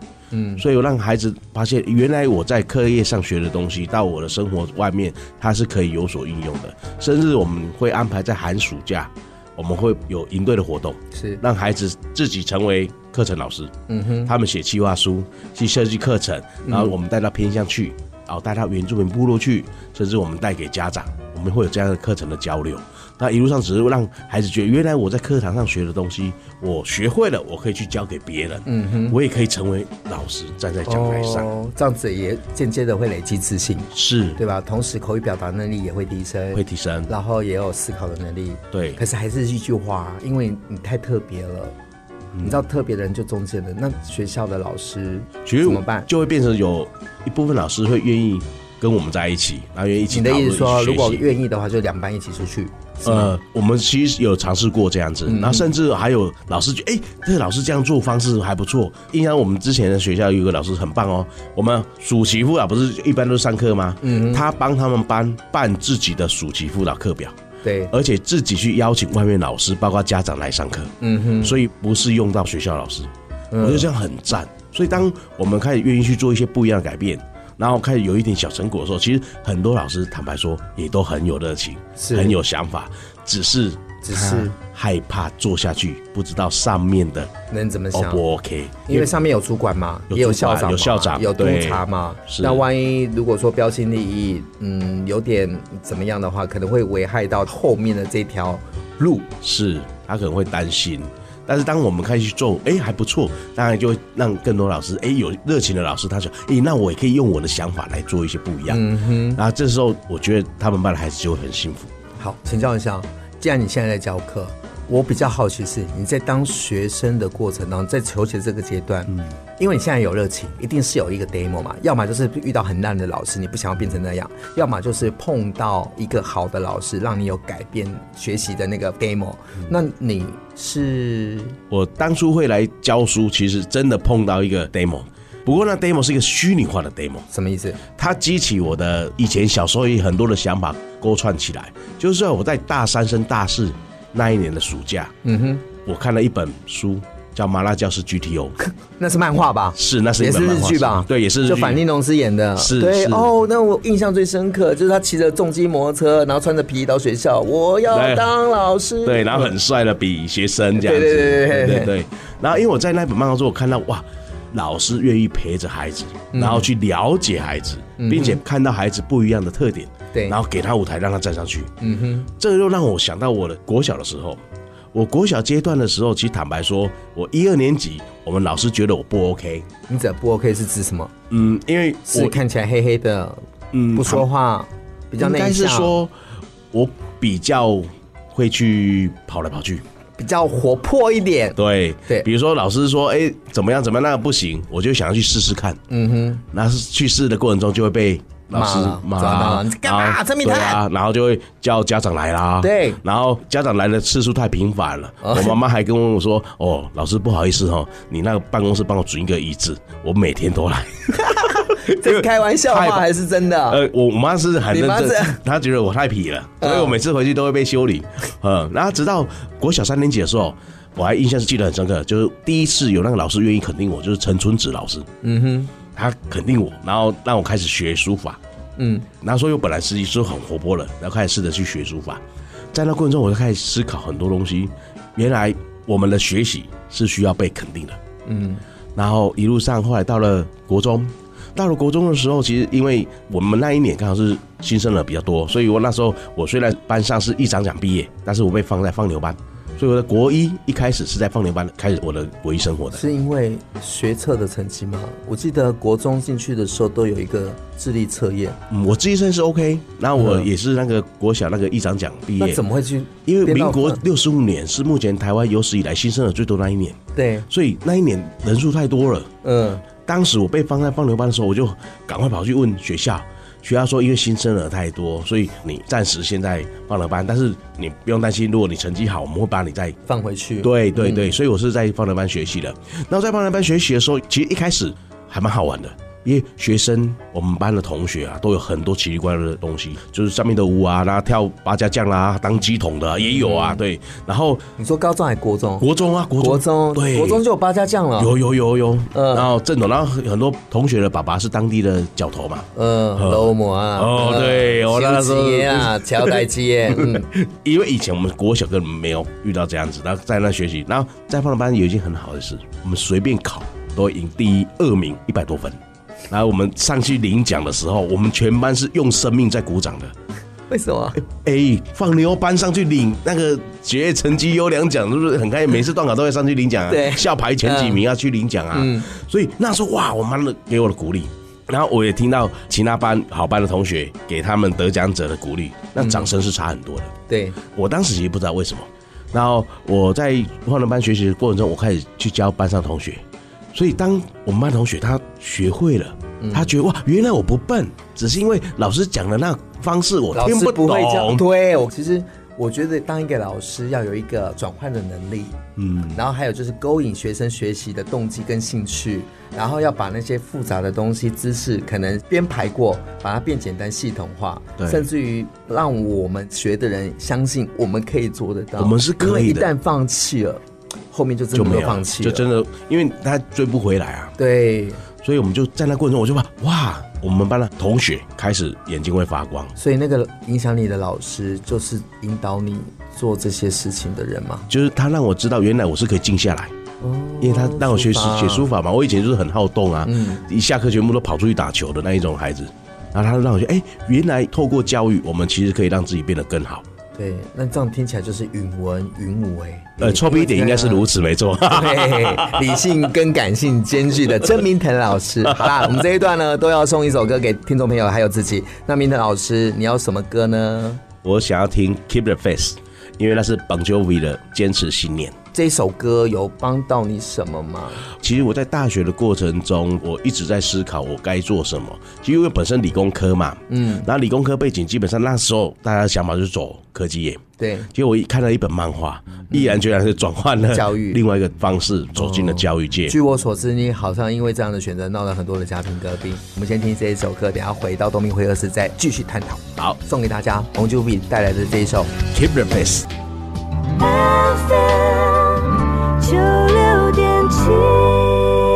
Speaker 3: 所以我让孩子发现，原来我在课业上学的东西，到我的生活外面，它是可以有所应用的。甚至我们会安排在寒暑假，我们会有营队的活动，
Speaker 2: 是
Speaker 3: 让孩子自己成为课程老师。嗯哼，他们写计划书，去设计课程，
Speaker 2: 嗯
Speaker 3: 然后我们带到偏向去，然后带到原住民部落去，甚至我们带给家长，我们会有这样的课程的交流。那一路上只是让孩子觉得，原来我在课堂上学的东西，我学会了，我可以去教给别人。嗯哼，我也可以成为老师，站在讲台上。
Speaker 2: 哦，这样子也间接的会累积自信，
Speaker 3: 是
Speaker 2: 对吧？同时口语表达能力也会提升，
Speaker 3: 会提升，
Speaker 2: 然后也有思考的能力。
Speaker 3: 对
Speaker 2: 可是还是一句话，因为你太特别了，
Speaker 3: 嗯
Speaker 2: 你知道特别的人就中间人，那学校的老师
Speaker 3: 其实
Speaker 2: 怎么办？
Speaker 3: 就会变成有一部分老师会愿意跟我们在一起，然后愿意一起
Speaker 2: 你的
Speaker 3: 讨
Speaker 2: 意
Speaker 3: 论
Speaker 2: 思说，
Speaker 3: 一起学
Speaker 2: 如果
Speaker 3: 习
Speaker 2: 愿意的话，就两班一起出去，是吗？嗯
Speaker 3: 呃，我们其实有尝试过这样子，然后甚至还有老师觉得，哎、这个老师这样做方式还不错。印象我们之前的学校有一个老师很棒哦，我们暑期辅导不是一般都上课吗？嗯，他帮他们班办自己的暑期辅导课表。
Speaker 2: 对，
Speaker 3: 而且自己去邀请外面老师，包括家长来上课，嗯哼，所以不是用到学校老师，
Speaker 2: 嗯
Speaker 3: 我觉得这样很赞。所以当我们开始愿意去做一些不一样的改变，然后开始有一点小成果的时候，其实很多老师坦白说也都很有热情，
Speaker 2: 是啊
Speaker 3: 很有想法，只是
Speaker 2: 只是
Speaker 3: 他害怕做下去，不知道上面的
Speaker 2: 能怎么
Speaker 3: O
Speaker 2: 想？
Speaker 3: 哦不 OK，
Speaker 2: 因为上面有主管嘛，
Speaker 3: 有
Speaker 2: 也有
Speaker 3: 主管
Speaker 2: 校长嘛，
Speaker 3: 有校长
Speaker 2: 有督
Speaker 3: 对
Speaker 2: 察嘛。
Speaker 3: 是
Speaker 2: 那万一如果说标新立异，嗯，有点怎么样的话，可能会危害到后面的这条路。
Speaker 3: 是他可能会担心。但是当我们开始去做，哎、还不错，当然就会让更多老师，哎、有热情的老师，他说，哎、那我也可以用我的想法来做一些不一样。嗯哼，然后这时候我觉得他们班的孩子就会很幸福。
Speaker 2: 好，请教一下，既然你现在在教课，我比较好奇是你在当学生的过程当中，在求学这个阶段，嗯，因为你现在有热情，一定是有一个 demo 嘛，要么就是遇到很烂的老师，你不想要变成那样；要么就是碰到一个好的老师，让你有改变学习的那个 demo。那你是
Speaker 3: 我当初会来教书，其实真的碰到一个 demo，不过那 demo 是一个虚拟化的 demo，
Speaker 2: 什么意思？
Speaker 3: 它激起我的以前小时候也很多的想法勾串起来。就是说我在大三升大四那一年的暑假，
Speaker 2: 嗯哼，
Speaker 3: 我看了一本书，叫《麻辣教师 GTO》，
Speaker 2: 那是漫画吧？
Speaker 3: 是那是一
Speaker 2: 也是
Speaker 3: 本
Speaker 2: 日
Speaker 3: 漫画
Speaker 2: 剧吧？
Speaker 3: 对，也是日
Speaker 2: 就
Speaker 3: 剧。
Speaker 2: 反町隆司演的。
Speaker 3: 是
Speaker 2: 对
Speaker 3: 是
Speaker 2: 哦，那我印象最深刻就是他骑着重机摩托车，然后穿着皮衣到学校，我要
Speaker 3: 对
Speaker 2: 当老师。
Speaker 3: 对，然后很帅的比学生这样子，
Speaker 2: 对对对对对
Speaker 3: 对对然后因为我在那本漫画中，我看到哇，老师愿意陪着孩子，
Speaker 2: 嗯
Speaker 3: 然后去了解孩子，并且看到孩子不一样的特点，
Speaker 2: 对
Speaker 3: 然后给他舞台让他站上去，嗯哼，这个又让我想到我的国小的时候。我国小阶段的时候，其实坦白说，我一二年级，我们老师觉得我不 OK，
Speaker 2: 你这不 OK 是指什么？
Speaker 3: 嗯，因为
Speaker 2: 是
Speaker 3: 我
Speaker 2: 看起来黑黑的，
Speaker 3: 嗯
Speaker 2: 不说话，比较
Speaker 3: 应
Speaker 2: 内向，
Speaker 3: 该是说，我比较会去跑来跑去，
Speaker 2: 比较活泼一点。
Speaker 3: 对
Speaker 2: 对
Speaker 3: 比如说老师说，哎、怎么样怎么样，那个不行，我就想要去试试看。嗯哼，那是去试的过程中就会被老师
Speaker 2: 骂了
Speaker 3: 骂
Speaker 2: 抓到了你干嘛
Speaker 3: 然后
Speaker 2: 陈敏
Speaker 3: 对
Speaker 2: 泰
Speaker 3: 啊，然后就会叫家长来啦。
Speaker 2: 对哦
Speaker 3: 然后家长来的次数太频繁了，我妈妈还跟我说，哦，老师不好意思哦，你那个办公室帮我准一个椅子，我每天 都来。
Speaker 2: 这是开玩笑的
Speaker 3: 太
Speaker 2: 话还是真的？
Speaker 3: 呃，我妈是很认
Speaker 2: 你妈
Speaker 3: 真
Speaker 2: 是，
Speaker 3: 她觉得我太 痞了，所以我每次回去都会被修理。嗯，然后直到国小三年级的时候，我还印象是记得很深刻，就是第一次有那个老师愿意肯定我，就是陈春子老师。嗯哼，他肯定我，然后让我开始学书法。
Speaker 2: 嗯，
Speaker 3: 那时候我本来是一是很活泼的，然后开始试着去学书法。在那过程中，我就开始思考很多东西。原来我们的学习是需要被肯定的。然后一路上后来到了国中，到了国中的时候，其实因为我们那一年刚好是新生儿比较多，所以我那时候我虽然班上是一长奖毕业，但是我被放在放牛班，所以我的国一一开始是在放牛班开始我的国一生活的。
Speaker 2: 是因为学测的成绩吗？我记得国中进去的时候都有一个智力测验，
Speaker 3: 嗯，我自一生是 OK，那我
Speaker 2: 嗯
Speaker 3: 也是那个国小那个一长奖毕
Speaker 2: 那
Speaker 3: 业
Speaker 2: 怎，么会去
Speaker 3: 因为
Speaker 2: 编到
Speaker 3: 民国
Speaker 2: 分
Speaker 3: 六十五年是目前台湾有史以来新生儿最多那一年，
Speaker 2: 对，
Speaker 3: 所以那一年人数太多了。
Speaker 2: 嗯，
Speaker 3: 当时我被放在放牛班的时候，我就赶快跑去问学校，学校说因为新生儿太多，所以你暂时现在放牛班，但是你不用担心，如果你成绩好，我们会把你嗯再
Speaker 2: 放回去，，
Speaker 3: 对对对，所以我是在放牛班学习的。那在放牛班学习的时候，其实一开始还蛮好玩的。因为学生，我们班的同学啊，都有很多奇奇怪怪的东西，就是上面的舞啊，然后跳八家将啦、当鸡桶的啊、也有啊，对。然后
Speaker 2: 你说高中还国中？
Speaker 3: 国中啊，国中，
Speaker 2: 国中，
Speaker 3: 对，
Speaker 2: 国中就有八家将了，，
Speaker 3: 有有有有，
Speaker 2: 啊嗯
Speaker 3: 然后正统，然后很多同学的爸爸是当地的角头嘛，
Speaker 2: 嗯，楼模啊，
Speaker 3: 呃哦
Speaker 2: 嗯
Speaker 3: 对我那时候
Speaker 2: 修机 啊，桥台机，嗯，
Speaker 3: 因为以前我们国小根本没有遇到这样子，然后在那学习，然后在放了班有一件很好的事，我们随便考都会赢第一二名一百多分，然后我们上去领奖的时候，我们全班是用生命在鼓掌的。
Speaker 2: 为什么？
Speaker 3: 哎、放牛班上去领那个学业成绩优良奖，是不是很开心？每次段考都会上去领奖啊，
Speaker 2: 对嗯
Speaker 3: 校排前几名要去领奖啊。所以那时候哇，我妈的给我的鼓励，然后我也听到其他班好班的同学给他们得奖者的鼓励，那掌声是差很多的。
Speaker 2: 对，
Speaker 3: 我当时其实不知道为什么。然后我在换了班学习的过程中，我开始去教班上同学，所以当我们班同学他学会了，
Speaker 2: 嗯
Speaker 3: 他觉得哇，原来我不笨，只是因为老师讲的那方式我
Speaker 2: 老
Speaker 3: 听
Speaker 2: 师不
Speaker 3: 懂
Speaker 2: 会。教，对我其实。我觉得当一个老师要有一个转换的能力，嗯，然后还有就是勾引学生学习的动机跟兴趣，然后要把那些复杂的东西、知识可能编排过，把它变简单、系统化，
Speaker 3: 对
Speaker 2: 甚至于让我们学的人相信我们可以做得到。
Speaker 3: 我们是可以的
Speaker 2: 因为一旦放弃了，后面就真
Speaker 3: 就
Speaker 2: 的没
Speaker 3: 没
Speaker 2: 有
Speaker 3: 有
Speaker 2: 放弃
Speaker 3: 就
Speaker 2: 了，
Speaker 3: 真的，因为他追不回来啊，
Speaker 2: 对。
Speaker 3: 所以我们就在那过程中，我就把哇，我们班的同学开始眼睛会发光，
Speaker 2: 所以那个影响你的老师，就是引导你做这些事情的人嘛。
Speaker 3: 就是他让我知道原来我是可以静下来，
Speaker 2: 哦
Speaker 3: 因为他让我学习写书法嘛，我以前就是很好动啊，
Speaker 2: 嗯
Speaker 3: 一下课全部都跑出去打球的那一种孩子，然后他让我觉得，哎、原来透过教育，我们其实可以让自己变得更好。
Speaker 2: 对，那这样听起来就是允文允武哎。
Speaker 3: 呃，臭屁一点应该是如
Speaker 2: 此。
Speaker 3: 此，没错。
Speaker 2: 啊 对，理性跟感性兼具的郑明腾老 师。好啦，我们这一段呢都要送一首歌给听众朋友还有自己。那明腾老师，你要什么歌呢？
Speaker 3: 我想要听 Keep the Face，因为那是 Bon Jovi 的坚持信念。
Speaker 2: 这首歌有帮到你什么吗？
Speaker 3: 其实我在大学的过程中，我一直在思考我该做什么。其实因为本身理工科嘛，嗯，然后理工科背景基本上那时候大家的想法就是走科技业。
Speaker 2: 对，
Speaker 3: 结果我一看到一本漫画，毅然决然是转换
Speaker 2: 嗯
Speaker 3: 了
Speaker 2: 教育哦
Speaker 3: 另外一个方式，走进了教育界。
Speaker 2: 据我所知，你好像因为这样的选择闹了很多的家庭革命。我们先听这一首歌，等一下回到东明会客室再继续探讨。
Speaker 3: 好
Speaker 2: 送给大家红 j u b 带来的这一首。
Speaker 3: ，Keep the Face。
Speaker 4: FM 九六点起。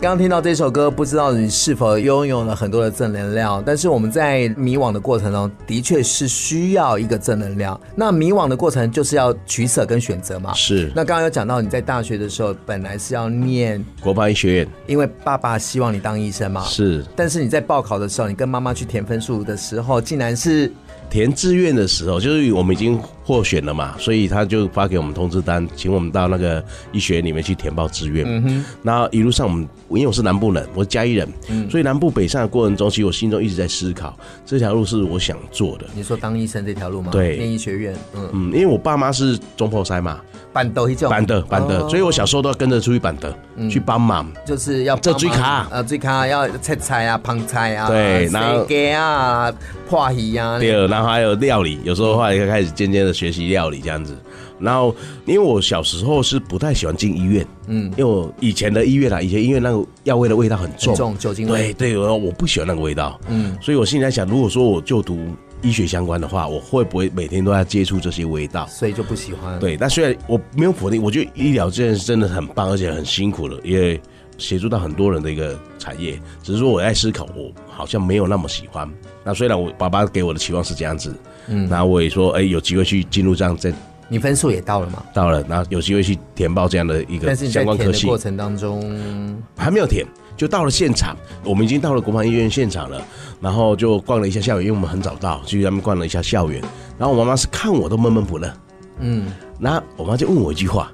Speaker 2: 刚刚听到这首歌，不知道你是否拥有了很多的正能量，但是我们在迷惘的过程中，的确是需要一个正能量。那迷惘的过程就是要取舍跟选择嘛。
Speaker 3: 是
Speaker 2: 那刚刚有讲到你在大学的时候，本来是要念，
Speaker 3: 国防医学院
Speaker 2: 因为爸爸希望你当医生嘛。。
Speaker 3: 是
Speaker 2: 但是你在报考的时候，你跟妈妈去填分数的时候，竟然是
Speaker 3: 填志愿的时候，就是我们已经获选了嘛，所以他就发给我们通知单，请我们到那个医学院里面去填报志愿。嗯哼，那一路上我们，因为我是南部人，我是嘉义人，所以南部北上的过程中，其实我心中一直在思考这条路是我想做的。
Speaker 2: 你说当医生这条路吗？
Speaker 3: 对
Speaker 2: 念医学院，嗯，
Speaker 3: 嗯，因为我爸妈是中破塞嘛，
Speaker 2: 板豆一哦种
Speaker 3: 板的板的，所以我小时候都要跟着出去板的、去帮忙。
Speaker 2: 就是要
Speaker 3: 这水
Speaker 2: 帮忙
Speaker 3: 卡
Speaker 2: 呃，追卡要切菜啊、捧菜啊，
Speaker 3: 对然后
Speaker 2: 然给啊、破鱼啊，
Speaker 3: 第二，然后还有料理，有时候后来就开始渐渐的学习料理这样子。然后，因为我小时候是不太喜欢进医院，嗯，因为我以前的医院啦，啊以前医院那个药味的味道很重，
Speaker 2: 很重酒精味
Speaker 3: 对对，我我不喜欢那个味道，嗯，所以我心里在想，如果说我就读医学相关的话，我会不会每天都要接触这些味道？
Speaker 2: 所以就不喜欢。，
Speaker 3: 对，但虽然我没有否定，我觉得医疗这件事真的很棒，而且很辛苦了，也协助到很多人的一个产业。只是说我在思考，我好像没有那么喜欢。那虽然我爸爸给我的期望是这样子，嗯，然后我也说，哎、有机会去进入这样这
Speaker 2: 你分数也到了嘛？
Speaker 3: 到了，然后有机会去填报这样的一个
Speaker 2: 但是你在
Speaker 3: 相关科
Speaker 2: 填的
Speaker 3: 系，
Speaker 2: 过程当中，
Speaker 3: 还没有填。就到了现场，我们已经到了国防医院现场了，然后就逛了一下校园，因为我们很早到，去他们逛了一下校园。然后我妈妈是看我都闷闷不乐，
Speaker 2: 嗯，
Speaker 3: 那我妈就问我一句话，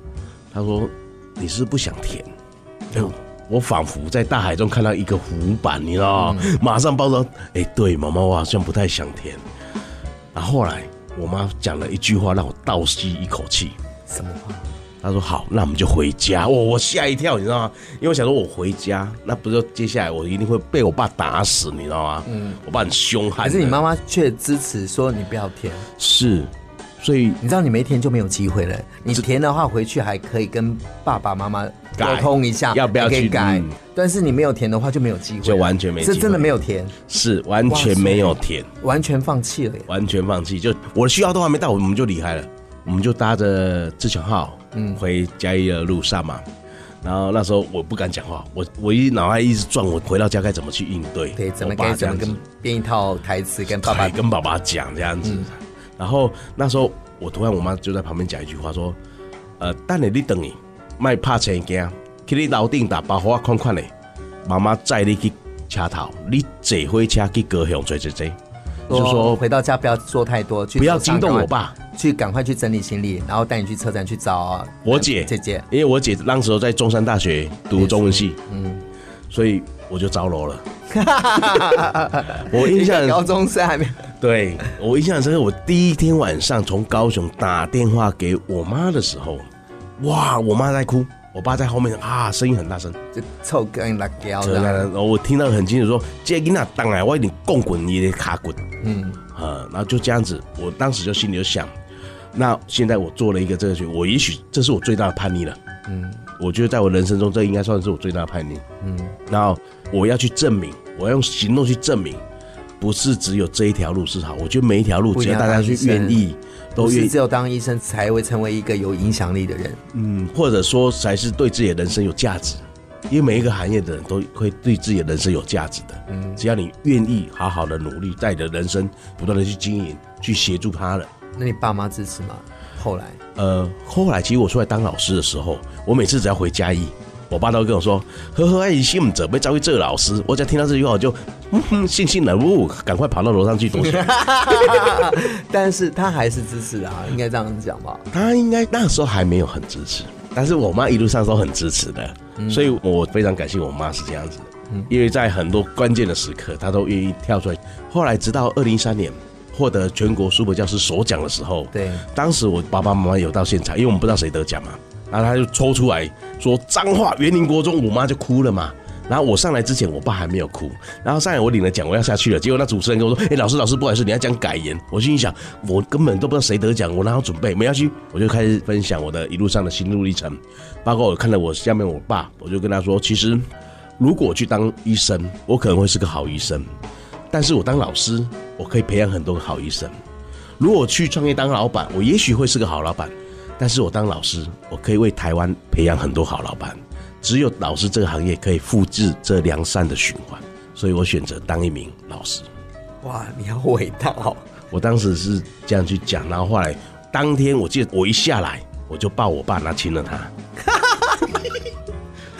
Speaker 3: 她说：“你是不想填？”哎呦我仿佛在大海中看到一个浮板，你知道吗？马上抱着，哎、对，妈妈，我好像不太想填。然后后来我妈讲了一句话，让我倒吸一口气。
Speaker 2: 什么话？
Speaker 3: 她说：“好，那我们就回家。我”我吓一跳，你知道吗？因为我想说，我回家，那不就接下来我一定会被我爸打死，你知道吗？嗯，我爸很凶悍的。
Speaker 2: 还是你妈妈却支持说你不要填？
Speaker 3: 是，所以
Speaker 2: 你知道你没填就没有机会了。你填的话，回去还可以跟爸爸妈妈沟通一下，
Speaker 3: 改要不要去
Speaker 2: 还可以改
Speaker 3: 嗯？
Speaker 2: 但是你没有填的话就没有机会了，
Speaker 3: 就完全没机
Speaker 2: 这
Speaker 3: 会
Speaker 2: 真的没有填，
Speaker 3: 是完全没有填。
Speaker 2: 完全放弃了耶。
Speaker 3: 完全放弃，就我的需要都还没到，我们就离开了，我们就搭着自强号，嗯，回嘉义的路上嘛。然后那时候我不敢讲话，我我一脑海一直转，我回到家该怎么去应对？
Speaker 2: 对，怎么
Speaker 3: 我爸
Speaker 2: 该
Speaker 3: 这
Speaker 2: 怎么
Speaker 3: 样子
Speaker 2: 跟编一套台词跟爸爸
Speaker 3: 爸嗯爸 跟爸爸讲这样子。然后那时候我突然我妈就在旁边讲一句话说：“呃，等下你等你，卖怕钱惊，去你楼顶打包给我看看嘞。妈妈载你去车头，你坐火车去高雄坐坐坐。”就说
Speaker 2: 回到家不要做太多，去
Speaker 3: 哦不要
Speaker 2: 车上
Speaker 3: 惊动
Speaker 2: 赶快
Speaker 3: 我爸，
Speaker 2: 去赶快去整理行李，然后带你去车站去找呃
Speaker 3: 我姐
Speaker 2: 姐 姐。
Speaker 3: 因为我姐那时候在中山大学读中文系，嗯，所以我就着楼了。我印象
Speaker 2: 高中生还没有
Speaker 3: 对我印象很深刻，我第一天晚上从高雄打电话给我妈的时候，哇，我妈在哭，我爸在后面啊，声音很大声，
Speaker 2: 就臭跟辣椒
Speaker 3: 这
Speaker 2: 的，
Speaker 3: 然后我听到很清楚说，这囡仔当然我一定棍滚你的卡滚，
Speaker 2: 嗯，
Speaker 3: 呃，然后就这样子，我当时就心里就想，那现在我做了一个这个决定，我也许这是我最大的叛逆了。嗯，我觉得在我人生中，这应该算是我最大的叛逆。嗯，然后我要去证明，我要用行动去证明，不是只有这一条路是好。我觉得每一条路，
Speaker 2: 不一
Speaker 3: 只要
Speaker 2: 样
Speaker 3: 大
Speaker 2: 的
Speaker 3: 家去
Speaker 2: 人生
Speaker 3: 愿意，
Speaker 2: 不
Speaker 3: 都愿
Speaker 2: 是
Speaker 3: 意
Speaker 2: 只，有当医生才会成为一个有影响力的人。
Speaker 3: 嗯，或者说才是对自己的人生有价值。因为每一个行业的人都会对自己的人生有价值的。嗯，只要你愿意好好的努力，在你的人生不断的去经营，去协助他人。
Speaker 2: 那你爸妈支持吗？后 来
Speaker 3: 呃，后来其实我出来当老师的时候，我每次只要回嘉义，我爸都会跟我说：“呵呵，爱心者被招去做老师。”我只要听到这句话，我就嗯哼，悻悻然悟，赶快跑到楼上去躲起来。
Speaker 2: 但是他还是支持的啊，应该这样讲吧。
Speaker 3: 他应该那时候还没有很支持，但是我妈一路上都很支持的，所以我非常感谢我妈是这样子的，因为在很多关键的时刻，她都愿意跳出来。后来直到二零一三年获得全国书本教师首奖的时候，
Speaker 2: 对
Speaker 3: 当时我爸爸妈妈有到现场，因为我们不知道谁得奖嘛，然后他就抽出来说脏话，园林国中，我妈就哭了嘛。然后我上来之前，我爸还没有哭。然后上来我领了奖，我要下去了。结果那主持人跟我说：“哎、老师，老师，不好意思，你要讲改言。”我心里想，我根本都不知道谁得奖，我哪有准备？没关系，我就开始分享我的一路上的心路历程，包括我看了我下面我爸，我就跟他说，其实如果我去当医生，我可能会是个好医生，但是我当老师，我可以培养很多个好医生。如果去创业当老板，我也许会是个好老板，但是我当老师，我可以为台湾培养很多好老板。只有老师这个行业可以复制这良善的循环，所以我选择当一名老师。
Speaker 2: 哇，你好伟大哦！
Speaker 3: 我当时是这样去讲，然后后来当天我记得我一下来，我就抱我爸，然后亲了他，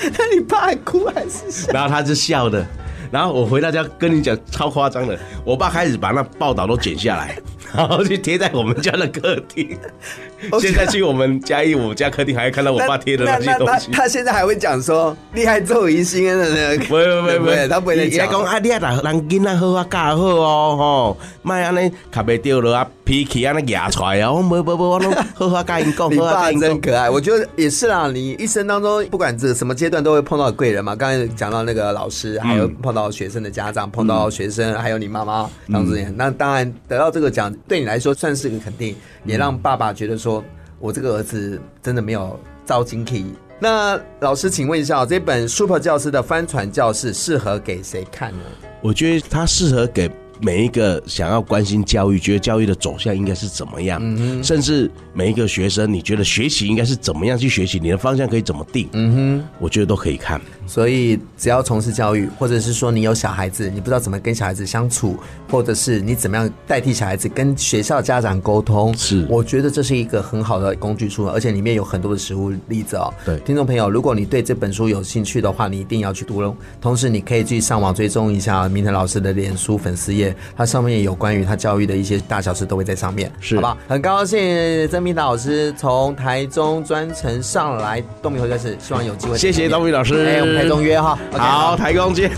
Speaker 2: 那你爸还哭还是笑？
Speaker 3: 然后他就笑的。然后我回到家跟你讲超夸张的，我爸开始把那报道都剪下来， 然后就贴在我们家的客厅。现在去我们嘉义我家客厅还会看到我爸贴的那些
Speaker 2: 那
Speaker 3: 东
Speaker 2: 那
Speaker 3: 西
Speaker 2: 他。他现在还会讲说厉害咒语星恩的那个，
Speaker 3: 不会不会
Speaker 2: 不会，他不会再
Speaker 3: 伊来
Speaker 2: 讲
Speaker 3: 讲啊，你啊，人人囡仔好啊，教好哦，吼，莫安尼卡袂着了啊，脾气安尼夹出来啊，我无无无，我拢好好甲因 讲，
Speaker 2: 你
Speaker 3: 好好
Speaker 2: 爸
Speaker 3: 甲因
Speaker 2: 真
Speaker 3: 讲。
Speaker 2: 可爱，我觉得也是啦。你一生当中，不管这什么阶段，都会碰到贵人嘛。刚才讲到那个老师，还有碰到学生的家长，碰到学生，还有你妈妈当时也。
Speaker 3: 嗯
Speaker 2: 那当然得到这个奖，对你来说算是个肯定，也让爸爸觉得说，我这个儿子真的没有糟心 k 那老师，请问一下，这本《Super 教师的帆船教室》适合给谁看呢？
Speaker 3: 我觉得它适合给每一个想要关心教育，觉得教育的走向应该是怎么样，甚至每一个学生，你觉得学习应该是怎么样去学习，你的方向可以怎么定，嗯哼，我觉得都可以看。
Speaker 2: 所以，只要从事教育，或者是说你有小孩子，你不知道怎么跟小孩子相处，或者是你怎么样代替小孩子跟学校家长沟通，
Speaker 3: 是
Speaker 2: 我觉得这是一个很好的工具书，而且里面有很多的实物例子哦。
Speaker 3: 对
Speaker 2: 听众朋友，如果你对这本书有兴趣的话，你一定要去读喽。同时，你可以去上网追踪一下明腾老师的脸书粉丝页，它上面也有关于他教育的一些大小事都会在上面，
Speaker 3: 是
Speaker 2: 好吧？很高兴曾明达老师从台中专程上来东明会客室，希望有机会
Speaker 3: 谢谢
Speaker 2: 东
Speaker 3: 东明老师
Speaker 2: 哎，我们台中约哈。OK，
Speaker 3: 好，，台工见。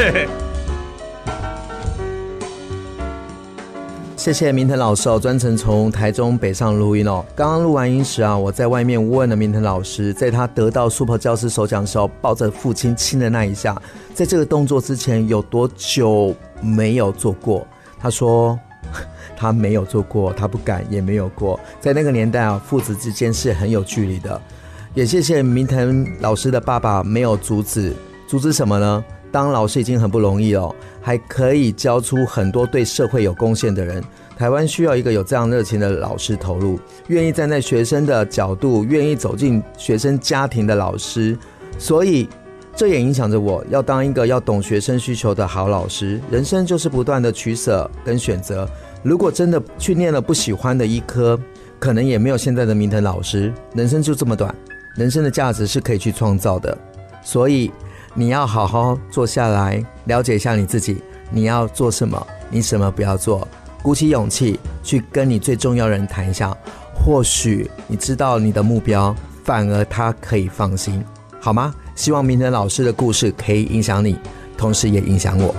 Speaker 2: 谢谢明腾老师哦，专程从台中北上录音哦。刚刚录完音时啊，我在外面问了明腾老师，在他得到 Super 教师首奖的时候，抱着父亲亲的那一下，在这个动作之前有多久没有做过？他说。 他没有做过，他不敢，也没有过。在那个年代啊，父子之间是很有距离的。也谢谢明腾老师的爸爸没有阻止，阻止什么呢？当老师已经很不容易哦，还可以教出很多对社会有贡献的人。台湾需要一个有这样热情的老师投入，愿意站在学生的角度，愿意走进学生家庭的老师。所以，这也影响着我要当一个要懂学生需求的好老师。人生就是不断的取舍跟选择。如果真的去念了不喜欢的一科，可能也没有现在的明腾老师。人生就这么短，人生的价值是可以去创造的，所以你要好好坐下来了解一下你自己，你要做什么，你什么不要做，鼓起勇气去跟你最重要的人谈一下，或许你知道你的目标，反而他可以放心，好吗？希望明天老师的故事可以影响你，同时也影响我。